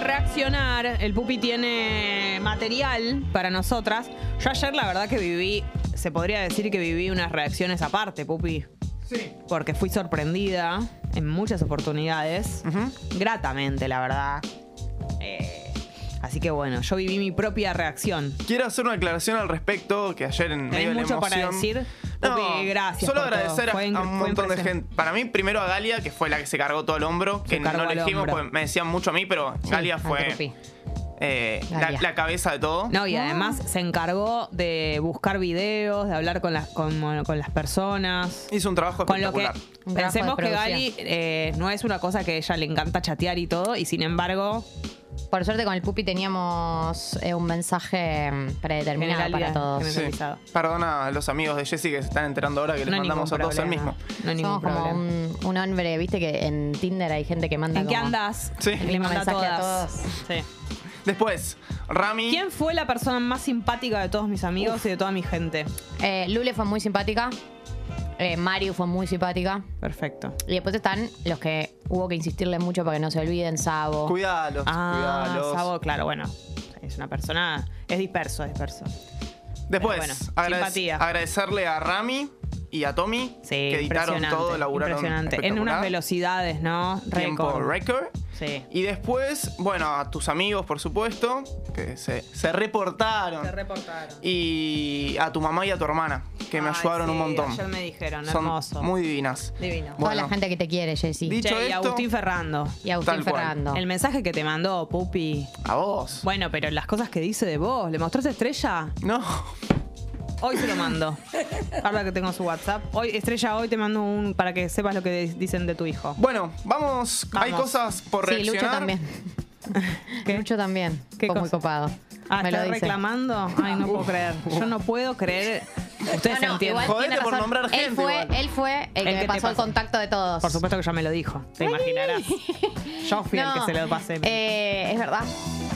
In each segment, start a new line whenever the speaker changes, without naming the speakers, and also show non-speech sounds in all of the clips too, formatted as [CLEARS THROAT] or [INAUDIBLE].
mencionar, el Pupi tiene material para nosotras. Yo ayer la verdad que viví, se podría decir que viví unas reacciones aparte, Pupi.
Sí.
Porque fui sorprendida en muchas oportunidades. Gratamente, la verdad. Eh, así que bueno, yo viví mi propia reacción.
Quiero hacer una aclaración al respecto, que ayer en
¿Tenés
medio de la
mucho para
emoción-
decir?
No,
Pupi, gracias
solo
por todo.
agradecer a,
Fue in-
a un
fue
montón de
impresionante.
gente. Para mí, primero a Galia, que fue la que se cargó todo el hombro, que
cargó
no
al
le dijimos
hombro.
porque me decían mucho a mí, pero
Sí,
Galia
al
fue
Pupi.
eh, la,
Galia.
la cabeza de todo.
No, y además se encargó de buscar videos, de hablar con las, con, con las personas.
Hizo un trabajo
Con lo que
espectacular.
Un trabajo
pensemos
de
que
producción.
Gali eh, no es una cosa que a ella le encanta chatear y todo, y sin embargo,
Por suerte con el Pupi teníamos eh, un mensaje mm, predeterminado
Generalidad.
para todos.
General-
Sí.
organizado.
Perdona a los amigos de Jessy que se están enterando ahora que les
no hay ningún
mandamos a todos el
problema.
mismo.
No hay ningún
Somos como
problema.
un, un hombre, viste que en Tinder hay gente que manda
¿En qué
como-
andas?
Sí.
Le manda a
Mensaje a
todas.
todos.
Sí.
Después, Rami.
¿Quién fue la persona más simpática de todos mis amigos y de toda mi gente?
Eh, Lule fue muy simpática. Eh, Mario fue muy simpática.
Perfecto.
Y después están los que hubo que insistirle mucho para que no se olviden, Sabo.
Cuidalos,
Ah,
cuidalos.
Sabo, claro, bueno. Es una persona. Es disperso, es disperso.
Después,
Pero bueno,
agradec-
simpatía.
agradecerle a Rami y a Tommy
Sí,
que editaron
impresionante,
todo, laburaron
impresionante. En
espectacular.
unas velocidades, ¿no?
Tiempo
Récord.
récord.
Sí.
Y después, bueno, a tus amigos, por supuesto, que se, se reportaron.
reportaron.
y a tu mamá y a tu hermana, que me ayudaron un montón.
Ayer me dijeron,
Son
hermoso.
muy divinas.
divino.
Toda
Bueno.
la gente que te quiere, Jessy.
Di-
Che,
dicho
y
esto-
Agustín Ferrando.
Y Agustín
Tal cual.
Ferrando.
El mensaje que te mandó, Pupi.
A vos.
Bueno, pero las cosas que dice de vos, ¿le mostraste estrella?
No.
Hoy se lo
[LAUGHS]
mando. Ahora que tengo su WhatsApp. Hoy, estrella, hoy te mando un para que sepas lo que de- dicen de tu hijo.
Bueno, vamos. Hay
Vamos.
cosas por
Sí,
reaccionar.
Lucho también.
¿Qué?
[LAUGHS] Lucho también.
¿Qué
Fue muy
cosa?
copado.
Ah,
Me lo
¿estás
dice.
reclamando? Ay, no puedo creer. Yo no puedo
[LAUGHS]
creer. Ustedes
No, no,
entienden.
igual
Jodete
tiene
por
razón.
nombrar gente,
Él fue,
igual.
él fue el que
El que te
me pasó el
pasó.
contacto de todos.
Por supuesto que ya me lo dijo. Te imaginarás. Yo fui
[LAUGHS]
el
No,
que se lo pasé.
eh, es verdad.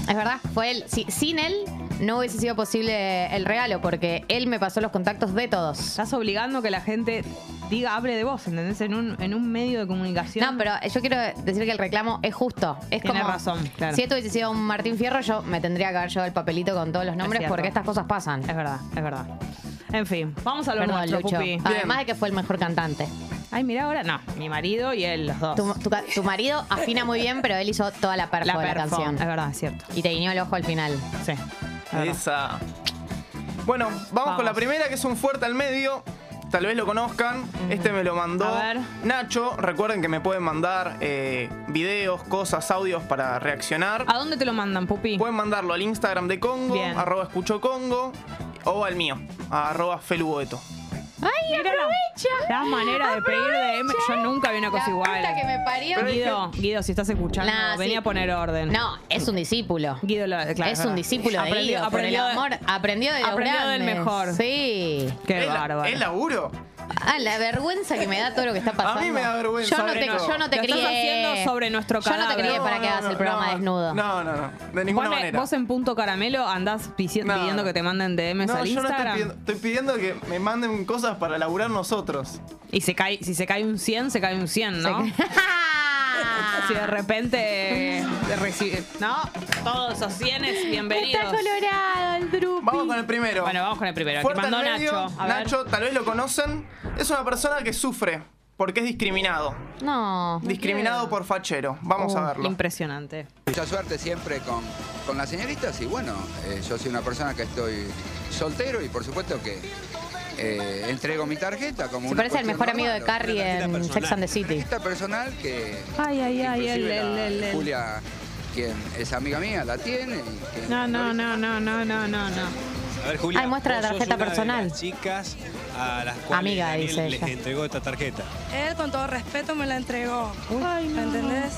Es verdad. Fue él. Sí, sin él no hubiese sido posible el regalo porque él me pasó los contactos de todos.
Estás obligando que la gente diga, hable de vos, ¿entendés? En un, en un medio de comunicación.
No, pero yo quiero decir que el reclamo es justo. Es
Tiene
como,
razón, claro.
Si esto hubiese sido un Martín Fierro, yo me tendría que haber llevado el papelito con todos los nombres
cierto.
porque estas cosas pasan.
Es verdad, es verdad. En fin, vamos a lo
Perdón,
nuestro,
Lucho. Ah.
Pupi.
Además de que fue el mejor cantante.
Ay, mira ahora, no, mi marido y él, los dos.
Tu, tu ca- tu marido afina muy bien, pero él hizo toda la perfo
la
de la
perfo.
canción.
Es verdad, es cierto.
Y te guiñó el ojo al final.
Sí. es verdad.
Esa. Bueno, vamos,
Vamos.
con la primera, que es un fuerte al medio. Tal vez lo conozcan. Este me lo mandó
A ver.
Nacho. Recuerden que me pueden mandar eh, videos, cosas, audios para reaccionar.
¿A dónde te lo mandan, Pupi?
Pueden mandarlo al Instagram de Congo,
Ah. Bien.
arroba escucho Congo, o al mío, a arroba feluboeto.
¡Ay, aprovecha!
La manera de pedir DM, yo nunca vi una cosa
La
igual.
puta que me parió.
Guido, Guido, si estás escuchando,
Nah,
vení
sí.
a poner orden.
No, es un discípulo.
Guido lo, claro,
es
verdad.
un discípulo de
Aprendió-
Guido, por el
aprendió de-
amor. Aprendió de los
aprendió del
grandes.
mejor.
Sí.
Qué
¿Es la-
bárbaro.
¿Es laburo?
Ah, la vergüenza que me da todo lo que está pasando.
A mí me da vergüenza.
Yo no
Sobre-
te, yo no te
Lo estás
crié.
haciendo sobre nuestro
Yo no te
cadáver.
crié para que hagas el programa
no,
desnudo.
No, no, no. De ninguna
Ponme-
manera.
Vos en punto caramelo andás pici-
No.
pidiendo que te manden DMs
no,
al
yo no estoy
Instagram.
pidiendo, estoy pidiendo que me manden cosas para laburar nosotros.
Y se cae, si se cae un 100, se cae un 100, ¿no?
Ah,
Si de repente eh, recibe- ¿no? Todos esos 100 bienvenidos.
Está colorado el drupi.
Vamos con el primero.
Bueno, vamos con el primero. Aquí
Fuerte al
mandó
medio.
Nacho. A ver.
Nacho, tal vez lo conocen. Es una persona que sufre porque es discriminado.
No.
discriminado por fachero. Vamos
Uh,
a verlo.
Impresionante.
Mucha suerte siempre con, con las señoritas y bueno, eh, yo soy una persona que estoy soltero y por supuesto que eh, entrego mi tarjeta como
Se
una
parece al
cuestión
mejor amigo de
normal,
Carrie
una
en
tarjeta
Sex and the City.
Tarjeta personal que
Ay, ay, ay, el,
inclusive
el,
la
el, el.
Julia, quien es amiga mía, la tiene. y que-
No, no, no, no, no, no, no, no.
A ver, Julia.
Ay, muestra la
vos sos
tarjeta
una de
personal.
las chicas a las cuales
Amiga,
Daniel
dice
les
ella.
entregó esta tarjeta.
Él, con todo respeto, me la entregó.
Ay,
¿Me entendés?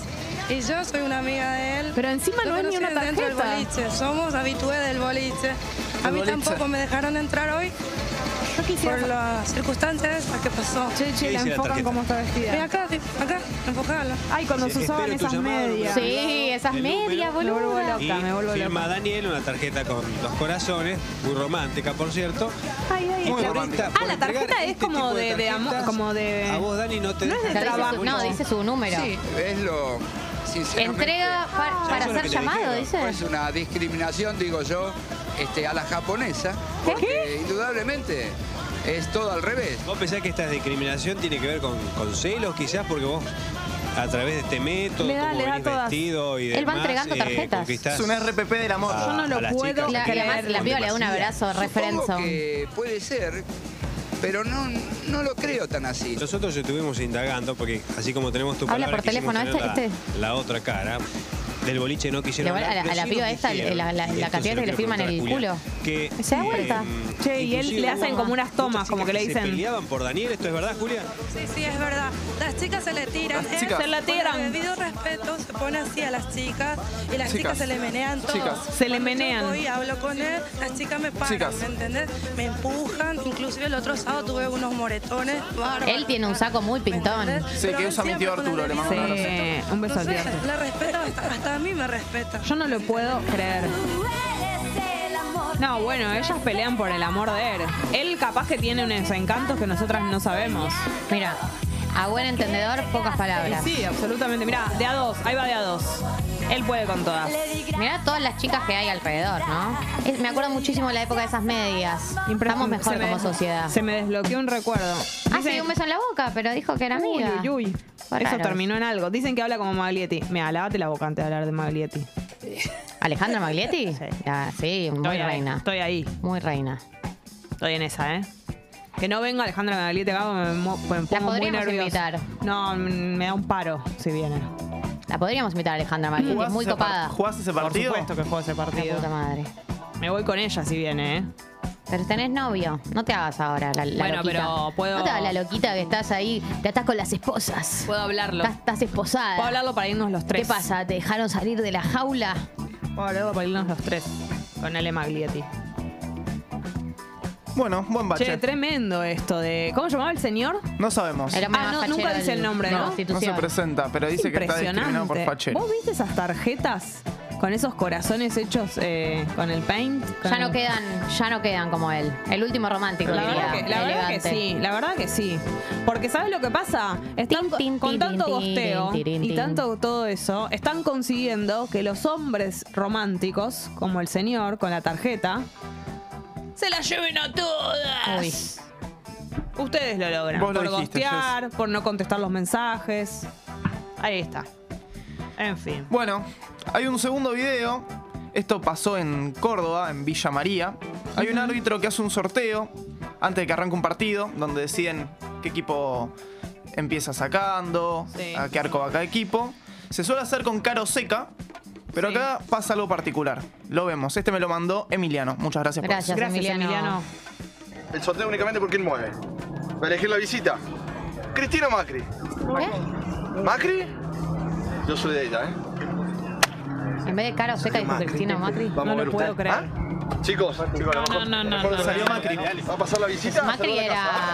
Y yo soy una amiga de él.
Pero encima no
Lo
es ni
conocí
una
dentro del
tarjeta.
boliche. Somos habitués del boliche. A
Del
mí
boliche.
tampoco me dejaron entrar hoy
Yo
por
quisiera.
las circunstancias a que pasó.
Che,
¿Qué
che,
dice
la
la
enfocan
tarjeta?
como está
Ven
vestida.
acá, sí, acá, enfocala.
Ay, cuando se
Espero
usaban
Este tu
esas
llamado, no me
medias.
lo has
Sí,
dado.
esas
El
medias,
Me
número.
vuelvo
boluda.
loca, me vuelvo
y firma
loca.
Daniel una tarjeta con dos corazones, muy romántica, por cierto.
Ay, ay,
Muy
ay.
romántica.
Ah, la tarjeta es
este
como de- de amor, como de-
A vos, Dani, no te
No es de
Pero
dejan
dice
hacer
su-
trabajo.
no, dice su número.
Es lo, sinceramente,
Entrega pa- para
eso es lo
ser
que le
llamado,
dijeron.
dice.
Es una discriminación, digo yo, este, a la japonesa, porque indudablemente es todo al revés.
¿Vos pensás que esta discriminación tiene que ver con, con celos quizás? Porque vos a través de este método,
Le da-
cómo
le da
venís
todas.
vestido y demás, eh,
Él va entregando tarjetas.
conquistás
Es un RPP del amor.
a-
Yo no lo
a las
puedo
chicas.
La, y además la piba le da un abrazo,
Supongo
referenza.
que puede ser, pero no, no lo creo tan así.
Nosotros estuvimos indagando, porque así como tenemos tu
Habla
palabra,
por
quisimos
teléfono,
tener
este-
la- La, otra cara. Del boliche no quisieron
Le va-
hablar,
a la- a la
pero sí
piba
nos
esta,
dijeron,
la- la- la
y esto
cantidad que
se lo
le
quiero
firman el
preguntar a Julián,
culo.
que,
¿Se da
eh,
vuelta?
Che, y él
inclusive
le hacen
hubo
como unas tomas,
muchas
como que le
chicas Se
dicen.
peleaban por Daniel, ¿esto es verdad, Julia?
Sí, sí, es verdad. Las chicas se le tiran.
Las
Él,
chicas. Se
le
con el
tiran.
debido respeto se pone así a las chicas y las chicas,
Chicas.
se le menean todo.
Chicas.
Se le
Cuando yo
menean.
voy y hablo con él, las chicas me paran,
Chicas.
¿me entendés? Me empujan. Inclusive el otro sábado tuve unos moretones. bárbaros.
Él tiene un saco muy pintón.
¿Me entendés?
Sí,
Pero
que
él
usa mi
siempre
tío
con
Arturo,
el
le mando
Sí,
un
debido respeto.
un beso
No
al
sé,
tío Arturo.
Le respeta, hasta, hasta a mí me respeta.
Yo no lo puedo creer. No, bueno, ellas pelean por el amor de él. Él capaz que tiene unos encantos que nosotras no sabemos.
Mira, a buen entendedor, pocas palabras.
Sí, absolutamente. Mira, de a dos, ahí va de a dos. Él puede con todas.
Mirá todas las chicas que hay alrededor, ¿no? Es- me acuerdo muchísimo de la época de esas medias. Estamos mejor
Se me-
como sociedad.
Se me desbloqueó un recuerdo.
Ah,
Dicen-
sí, un beso en la boca, pero dijo que era
Uy,
amiga.
uy, uy.
Fue
Eso
raro.
terminó en algo. Dicen que habla como Maglietti. Mira, lavate la boca antes de hablar de Maglietti.
¿Alejandra Maglietti? Sí, sí muy
Estoy ahí,
reina.
Estoy ahí.
Muy reina.
Estoy en esa, ¿eh? Que no venga Alejandra Maglietti acá, me, mo- me pongo muy
podríamos
nerviosa.
invitar.
No, mm, me da un paro si viene.
La podríamos invitar a Alejandra Maglietti, es
¿Jugás
muy
ese par-
copada.
¿Jugás ese
Por
partido?
supuesto que juego ese
La
partido.
puta madre.
Me voy con ella si viene, ¿eh?
Pero tenés novio, no te hagas ahora la, la
Bueno,
loquita.
pero puedo-
No te hagas la loquita que estás ahí, te estás con las esposas.
Puedo hablarlo.
Estás, estás esposada.
Puedo hablarlo para irnos los
¿Qué
tres.
pasa? ¿Te dejaron salir de la jaula?
Puedo hablarlo para irnos los tres. Con Ale Maglietti.
Bueno, buen bache.
Che, tremendo esto de. ¿Cómo llamaba el señor?
No sabemos.
El hombre
Ah,
más
no,
fachero
nunca dice
del-
el nombre,
de la
¿no?
No se
institución.
presenta, pero dice que está discriminado por fachero.
¿Vos viste esas tarjetas con esos corazones hechos eh, con el paint?
Ya
Con-
no quedan, ya no quedan como él. El último romántico,
La
diría,
verdad, que, la verdad que
elegante.
sí, la verdad que sí. Porque ¿sabes lo que pasa? Están
Tin,
co-
tin,
con
tin,
tanto
tin,
gosteo
tin, tin,
y
tin.
tanto todo eso, están consiguiendo que los hombres románticos, como el señor con la tarjeta, se la lleven a todas.
Uy.
Ustedes lo logran.
Vos lo
por
dijiste,
gostear, por no contestar los mensajes. Ahí está. En fin.
Bueno, hay un segundo video. Esto pasó en Córdoba, en Villa María. Hay un árbitro que hace un sorteo antes de que arranque un partido, donde deciden qué equipo empieza sacando,
Sí.
a qué arco va cada equipo. Se suele hacer con caro seca, pero
Sí.
acá pasa algo particular. Lo vemos. Este me lo mandó Emiliano. Muchas gracias,
Gracias,
por eso.
Gracias,
Emiliano.
Emiliano.
El sorteo únicamente por quién mueve. Para elegir la visita. Cristina o Macri.
¿Eh?
¿Macri? Yo soy de ella, ¿eh?
En vez de cara seca dijo Cristina Macri.
Vamos
No
a ver
lo puedo
usted.
creer.
¿Ah? Chicos, chicos, a lo
No,
mejor-
no, no,
a lo
no,
mejor
no,
Salió Macri.
¿Va a pasar la visita?
Macri
Saluda a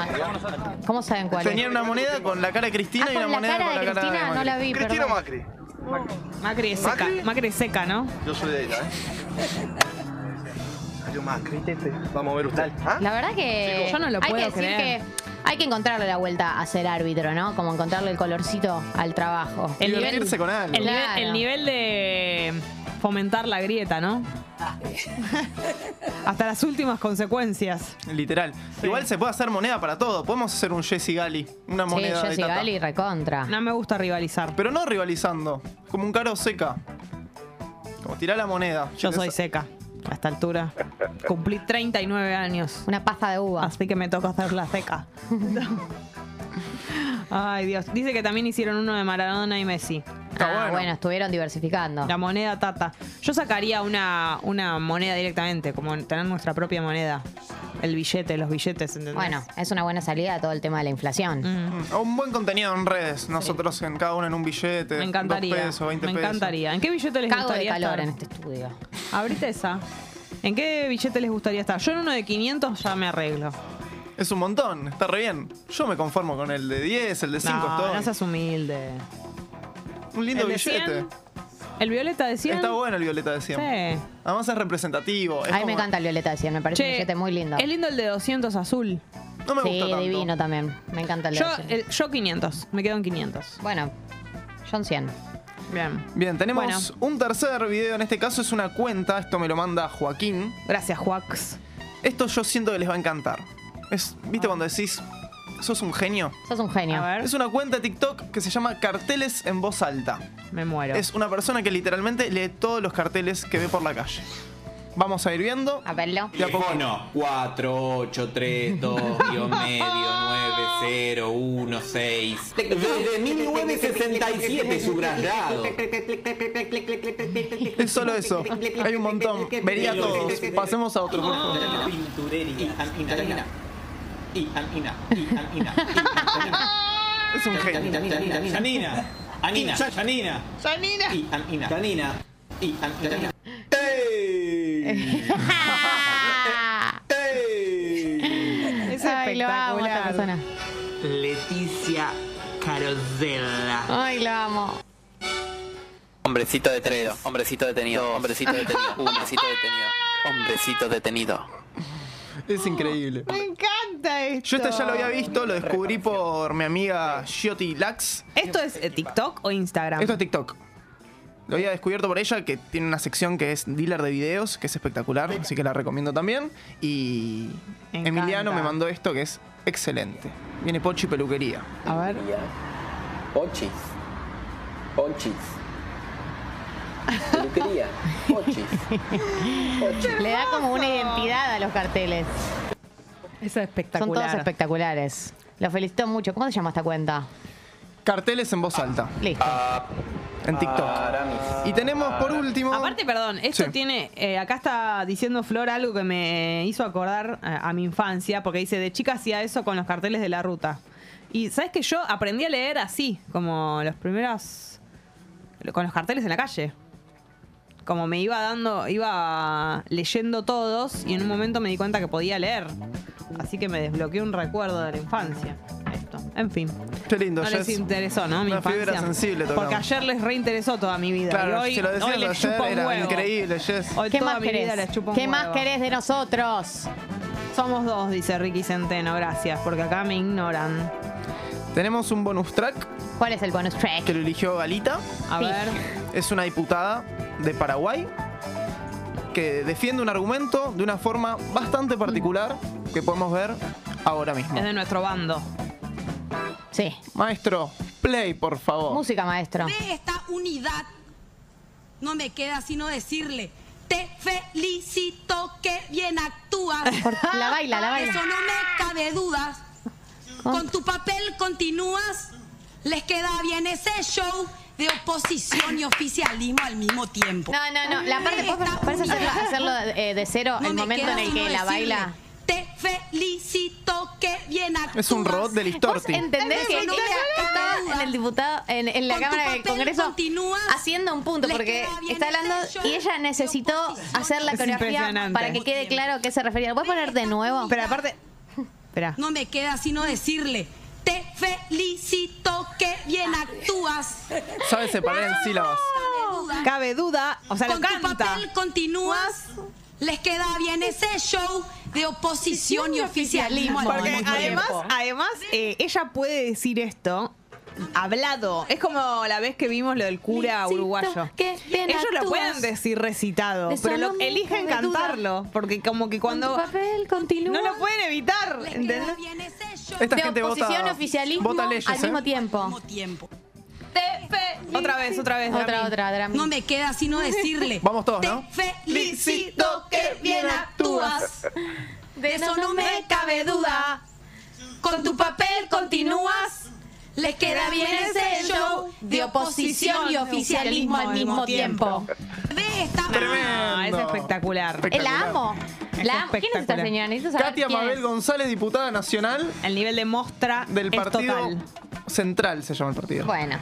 la
era-
casa. ¿eh?
¿Cómo saben cuál
Tenían
es?
una moneda con la cara de Cristina
Ah,
y una
con la
moneda
cara
con
de
la cara
Cristina
de
no la
Macri.
vi,
¿Cristina o
perdón.
Macri?
Macri es seca.
¿Macri?
Macri es seca, ¿no?
Yo soy de ella, ¿eh? Salió Macri. Vamos a ver usted. ¿Ah?
La verdad que
Yo no lo
hay
puedo
que decir
creer.
que hay que encontrarle la vuelta a ser árbitro, ¿no? Como encontrarle el colorcito al trabajo.
El nivel-
Divertirse con algo.
El, nivel,
Claro.
el nivel de fomentar la grieta, ¿no?
Ah.
Hasta las últimas consecuencias.
Literal. Igual se puede hacer moneda para todo. Podemos hacer un Jesse Gali, una
Sí,
moneda de
Jessica
Tata.
Gali recontra.
No me gusta rivalizar.
Pero no rivalizando, como un caro seca. Como tirar la moneda.
Yo soy seca a esta altura. Cumplí 39 años.
Una pasta de uva.
Así que me toca hacer la
[LAUGHS]
seca. Ay, Dios. Dice que también hicieron uno de Maradona y Messi.
Está
ah,
bueno.
bueno. estuvieron diversificando.
La moneda tata. Yo sacaría una, una moneda directamente, como tener nuestra propia moneda. El billete, los billetes, ¿entendés?
Bueno, es una buena salida a todo el tema de la inflación.
Mm, Un buen contenido en redes. Nosotros en cada uno en un billete.
Me encantaría.
Dos pesos, 20
me
pesos.
encantaría. ¿En qué billete les
Cago de
gustaría
calor en
estar?
este estudio.
Abrite esa. ¿En qué billete les gustaría estar? Yo en uno de 500 ya me arreglo.
Es un montón, está re bien. Yo me conformo con el de 10, el de 5
no,
estoy.
no seas humilde.
Un lindo
¿El de
billete.
100? ¿El violeta de 100?
Está bueno el violeta de 100.
Sí.
Además es representativo. es
A mí me
como-
encanta el violeta de 100, me parece un billete muy lindo.
Es lindo el de 200 azul.
No me
sí,
gusta tanto.
divino también. Me encanta el de
Yo,
100.
el- yo 500. Me quedo en 500.
Bueno, John 100.
Bien.
Bien, tenemos un tercer video, en este caso es una cuenta, esto me lo manda Joaquín.
Gracias, Juax.
Esto yo siento que les va a encantar. Es, ¿Viste cuando decís, sos un genio?
Sos un genio.
Ah. A ver.
Es una cuenta de TikTok que se llama Carteles en Voz Alta.
Me muero.
Es una persona que literalmente lee todos los carteles que ve por la calle. Vamos a ir viendo.
A verlo.
De a poco.
Teléfono 4832-9096. Desde 1967 subrayado.
Es solo eso. Hay un montón. Vería a todos. Pasemos a otro, por favor.
Pinturería. Antina. Y Antina.
Es un genio.
Anina. Anina. Anina.
Janina.
Y Anina. Anina. Y Anina.
Ah.
Es
Ay, lo amo a
espectacular.
esta persona.
Leticia Carosella.
Ay, lo amo.
Hombrecito detenido, hombrecito detenido, hombrecito detenido, hombrecito detenido, hombrecito detenido.
Es increíble.
Me encanta esto.
Yo este ya lo había visto, lo descubrí por mi amiga Shioti Lax.
¿Esto es eh, TikTok o Instagram?
Esto es TikTok. Lo había descubierto por ella, que tiene una sección que es dealer de videos, que es espectacular, así que la recomiendo también. Y
Me encanta.
Emiliano me mandó esto, que es excelente. Viene Pochi Peluquería.
A ver.
Ochis, ochis, peluquería, ochis.
Le da como una identidad a los carteles.
Eso es
Son
espectacular.
todos espectaculares. Los felicito mucho. ¿Cómo se llama esta cuenta?
Carteles en
Ah.
voz alta,
Listo.
en TikTok. Y tenemos por último...
Aparte, perdón, esto
Sí.
tiene. eh, acá está diciendo Flor algo que me hizo acordar eh, a mi infancia, porque dice: de chica hacía eso con los carteles de la ruta. Y sabes que yo aprendí a leer así, como los primeros. con los carteles en la calle. Como me iba dando, iba leyendo todos y en un momento me di cuenta que podía leer. Así que me desbloqueé un recuerdo de la infancia. Esto. En fin.
Qué lindo,
No
ya
les
es-
interesó, ¿no? Mi
una fibra
infancia.
sensible tocamos.
Porque ayer les reinteresó toda mi vida. y
Claro,
hoy,
si lo decías
hoy les
ayer,
chupa un
era
huevo.
increíble, Jess.
Hoy
¿Qué
toda
más
mi vida les
querés?
chupa un
¿Qué más
huevo.
querés de nosotros?
Somos dos, dice Ricky Centeno, gracias, porque acá me ignoran. Oh.
Tenemos un bonus track
¿Cuál es el bonus track?
que lo eligió Galita.
A
Sí.
ver.
Es una diputada de Paraguay que defiende un argumento de una forma bastante particular que podemos ver ahora mismo.
Es de nuestro bando.
Sí.
Maestro, play, por favor.
Música, maestro.
de esta unidad, no me queda sino decirle, te felicito que bien actúas.
Por- la baila, la baila. Oh.
Eso no me cabe dudas. Con tu papel continúas, les queda bien ese show de oposición y oficialismo al mismo tiempo.
No, no, no. La parte, ¿puedes puedes hacerlo, hacerlo, eh, de cero
No
el
me
momento en
queda
el
sino
que la
decirle,
baila?
Te felicito que bien actúas.
Es un robot del
¿Vos
Listorti.
entendés
Eso
que ella
no me queda
estaba
duda.
en el diputado, en, en la
Con tu
Cámara del
papel
Congreso,
continúas,
haciendo un punto,
les
porque
queda bien
está hablando
ese show
y ella
de
necesitó
oposición.
hacer la
Es
coreografía
impresionante.
para que quede claro a qué se refería. ¿Lo puedes poner de nuevo?
Pero aparte. Espera.
No me queda sino decirle, te felicito que bien
Ah.
actúas.
Sabe separar en sílabas.
Cabe duda, o sea, lo
Con tu
canta.
papel continúas. Les queda bien ese show de oposición y oficialismo. al
Porque
mismo
además,
tiempo.
además eh, ella puede decir esto hablado. Es como la vez que vimos lo del cura
Felicito
uruguayo.
que bien
Ellos lo
actúas.
pueden decir recitado,
De
pero lo-
Salomé,
eligen
cabe duda.
cantarlo. Porque como que cuando.
papel continúa.
No lo pueden evitar,
Les queda
¿entendés?
bien ese show
Esta
al
de
gente vota.
oposición oficialismo
vota leyes,
al
¿eh?
mismo tiempo.
mismo tiempo.
Otra vez, otra vez.
Otra,
Dami.
otra, Drami.
No me queda sino decirle.
Vamos todos, ¿no?
Te felicito que bien actúas. De eso no me cabe duda. Con tu papel continúas. Les queda bien ese show de oposición y oficialismo al mismo tiempo. De esta
No, Ah, es
Tremendo.
espectacular.
Eh, la amo. La amo. ¿Quién es esta
espectacular.
señora? Necesito saber
Katia
quién es.
Mabel González, diputada nacional
El nivel de mostra
del
es
Partido
total.
Central, se llama el partido.
Bueno,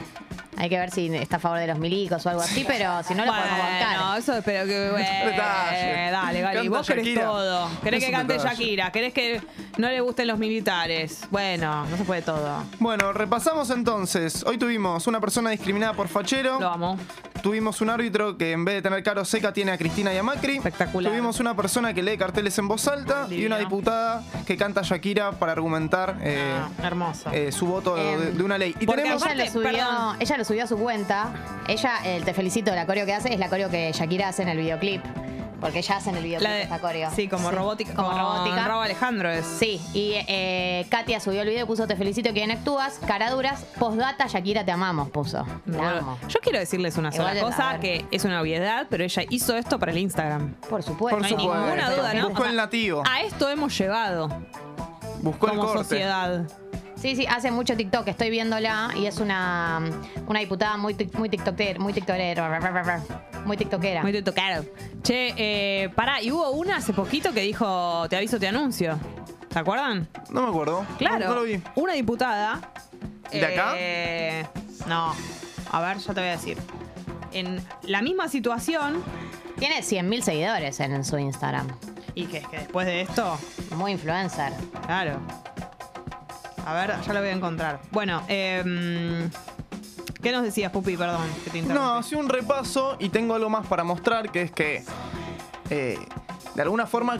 hay que ver si está a favor de los milicos o algo así, pero si no lo podemos
Bueno,
bancar.
eso espero que. bueno,
[LAUGHS] Detalle.
dale, Gali.
Canta
Vos querés
Shakira.
todo. Querés
Es
que
un
cante
detalle.
Shakira. Querés que no le gusten los militares. Bueno, no se puede todo.
Bueno, repasamos entonces. Hoy tuvimos una persona discriminada por fachero.
Lo amo.
Tuvimos un árbitro que en vez de tener caro seca tiene a Cristina y a Macri.
Espectacular.
Tuvimos una persona que lee carteles en voz alta y
Divino.
una diputada que canta Shakira para argumentar eh,
Ah,
Ah,
Hermoso.
eh, su voto
Em,
de, de una ley. Y
Porque
tenemos
ella, lo subió,
perdón.
ella lo subió a su cuenta. Ella, eh, te felicito, la coreo que hace es la coreo que Shakira hace en el videoclip. Porque ella hace en el videoclip
La de-
esta coreo.
Sí, como robótica.
Como
con
robótica.
Rauw Alejandro es.
Sí, y eh, Katia subió el video y puso Te felicito, quien actúas, caraduras, postdata, Shakira, te amamos, puso. Te
Bueno,
amo.
Yo quiero decirles una
Igual,
sola
a
cosa,
ver.
que es una obviedad, pero ella hizo esto para el Instagram.
Por supuesto.
Por
No hay
supuesto.
ninguna duda, ¿no?
Buscó
O sea,
el nativo.
A esto hemos llegado
Buscó el
como
corte.
sociedad.
Sí, sí, hace mucho TikTok, estoy viéndola y es una, una diputada muy, tic- muy tiktoker, muy tiktokera, ra, ra, ra, ra, muy tiktokera.
Muy te tocaron. Che, eh, pará, y hubo una hace poquito que dijo, te aviso, te anuncio. ¿Se acuerdan?
No me acuerdo.
Claro.
No, no lo vi.
Una diputada.
¿De acá?
eh, no. A ver, ya te voy a decir. En la misma situación,
Tiene 100.000 seguidores en, en su Instagram.
y que, que después de esto,
Muy influencer.
claro. A ver, ya lo voy a encontrar. Bueno, eh, ¿qué nos decías, Pupi? Perdón, que te interrumpí.
No, hacía un repaso y tengo algo más para mostrar, que es que eh, de alguna forma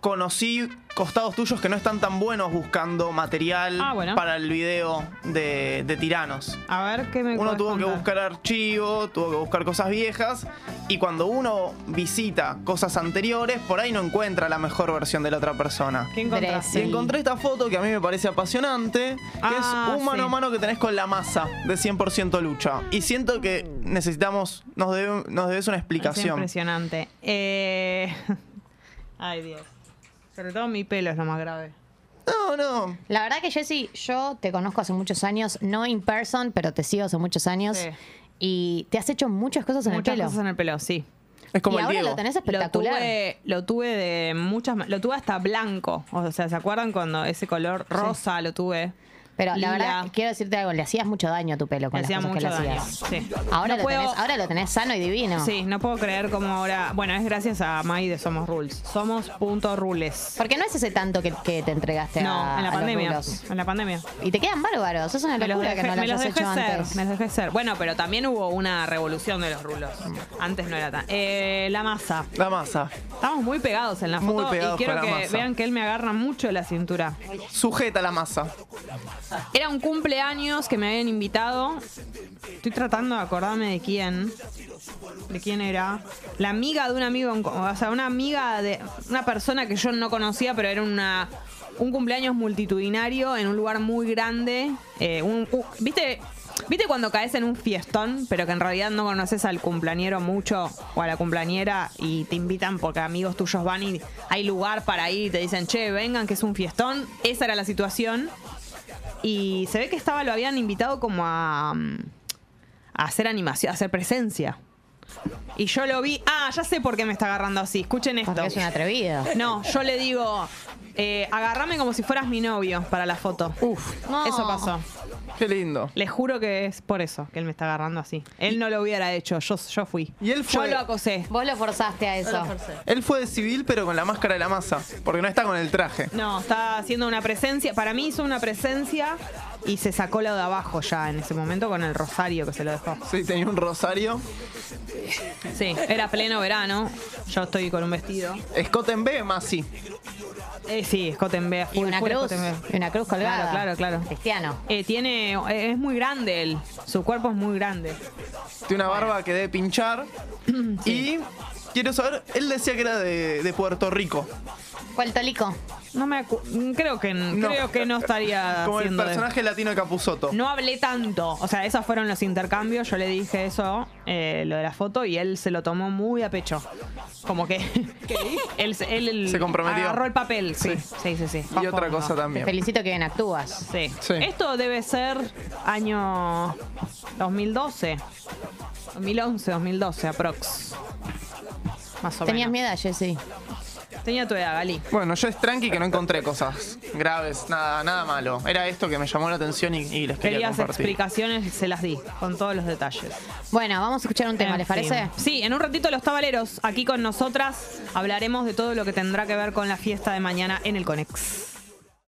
conocí costados tuyos que no están tan buenos buscando material
Ah, bueno.
para el video de, de tiranos.
A ver, ¿qué me
Uno
podés
tuvo que
contar?
buscar archivos, tuvo que buscar cosas viejas y cuando uno visita cosas anteriores, por ahí no encuentra la mejor versión de la otra persona.
¿Qué encontraste?
Sí.
Y encontré esta foto que a mí me parece apasionante, que
Ah,
es un mano
sí.
a mano que tenés con la masa de 100% lucha. Y siento que necesitamos, nos, debe- nos debes una
Es
explicación.
impresionante. Eh, [LAUGHS] Ay, Dios. Sobre todo mi pelo es lo más grave.
No, no.
La verdad que Jessy, yo te conozco hace muchos años, no in person, pero te sigo hace muchos años.
Sí.
Y te has hecho muchas cosas en
Muchas
el pelo.
cosas en el pelo, sí.
Es como
y
el
ahora
Diego.
lo tenés
Lo
espectacular.
tuve, lo tuve de muchas ma- lo tuve hasta blanco. O sea, ¿se acuerdan cuando ese color rosa lo tuve?
Pero
Lila.
la verdad, quiero decirte algo, le hacías mucho daño a tu pelo
Me
con las
hacía
cosas que le
mucho daño.
hacías.
Sí.
Ahora,
No
lo
puedo-
tenés, ahora lo tenés sano y divino.
Sí, no puedo creer cómo ahora. Bueno, es gracias a Mai de Somos Rules. Somos punto rules.
Porque no es ese tanto que, que te entregaste
No,
a,
en la
a los
pandemia.
rulos.
En la pandemia.
Y te quedan bárbaros. Es una
Me los
locura
dejé,
que no lo
me los
hayas
dejé
hecho
ser,
antes.
me los dejé ser. Bueno, pero también hubo una revolución de los rulos. Antes no era tan. Eh, la masa.
La masa.
Estamos muy pegados en la
Muy
foto y
pegados
quiero
con la
que
masa.
vean que él me agarra mucho la cintura.
Sujeta la masa.
Era un cumpleaños que me habían invitado. Estoy tratando de acordarme de quién. ¿De quién era? La amiga de un amigo, en co- o sea, una amiga de una persona que yo no conocía, pero era una un cumpleaños multitudinario en un lugar muy grande. Eh, un- u- ¿Viste? ¿Viste cuando caes en un fiestón, pero que en realidad no conoces al cumpleañero mucho o a la cumpleañera y te invitan porque amigos tuyos van y hay lugar para ir y te dicen, che, vengan, que es un fiestón? Esa era la situación. Y se ve que estaba, lo habían invitado como a, mm, a hacer animación, a hacer presencia. Y yo lo vi. Ah, ya sé por qué me está agarrando así. Escuchen esto.
Porque es un atrevido.
[LAUGHS] No, yo le digo, eh, agarrame como si fueras mi novio para la foto.
Uf, no.
Eso pasó.
Qué lindo.
Les juro que es por eso que él me está agarrando así. Él no lo hubiera hecho, yo, yo fui.
Y él fue-
Yo lo acosé.
Vos lo forzaste a eso.
Él fue de civil pero con la máscara de la masa, porque no está con el traje.
No, está haciendo una presencia. Para mí hizo una presencia y se sacó lo de abajo ya en ese momento con el rosario que se lo dejó.
Sí, tenía un rosario.
Sí, era pleno verano. Yo estoy con un vestido.
Scott en B, más sí.
Eh, sí, Scott en B,
Y
full,
una
full
cruz.
Scott en B.
Y una cruz colgada.
Claro, claro, claro.
Cristiano.
Eh, tiene, eh, es muy grande él. Su cuerpo es muy grande.
Tiene una barba que debe pinchar.
[CLEARS THROAT]
Y quiero saber, él decía que era de, de Puerto Rico.
Puerto Rico.
No me acu- creo que
No.
creo que no estaría
[LAUGHS] Como el
haciendo de-
personaje latino de Capuzoto.
No hablé tanto, o sea, esos fueron los intercambios, yo le dije eso, eh, lo de la foto, y él se lo tomó muy a pecho. Como que [LAUGHS] él, se- él- él
Se comprometió.
agarró el papel, sí, sí, sí. sí,
Y
Bajo,
otra
no.
cosa
Te
también.
felicito que bien actúas.
Sí.
Sí.
Esto debe ser año 2012, 2011, 2012, aprox. Más o
Tenías
menos.
miedo, Jessy.
Tenía tu edad, Gali.
Bueno, yo es tranqui que no encontré cosas graves, nada, nada malo. Era esto que me llamó la atención y, y les quería
Querías
compartir.
explicaciones, se las di, con todos los detalles.
Bueno, vamos a escuchar un tema,
En
¿les
fin.
parece?
Sí, en un ratito los tabaleros, aquí con nosotras, hablaremos de todo lo que tendrá que ver con la fiesta de mañana en el Conex.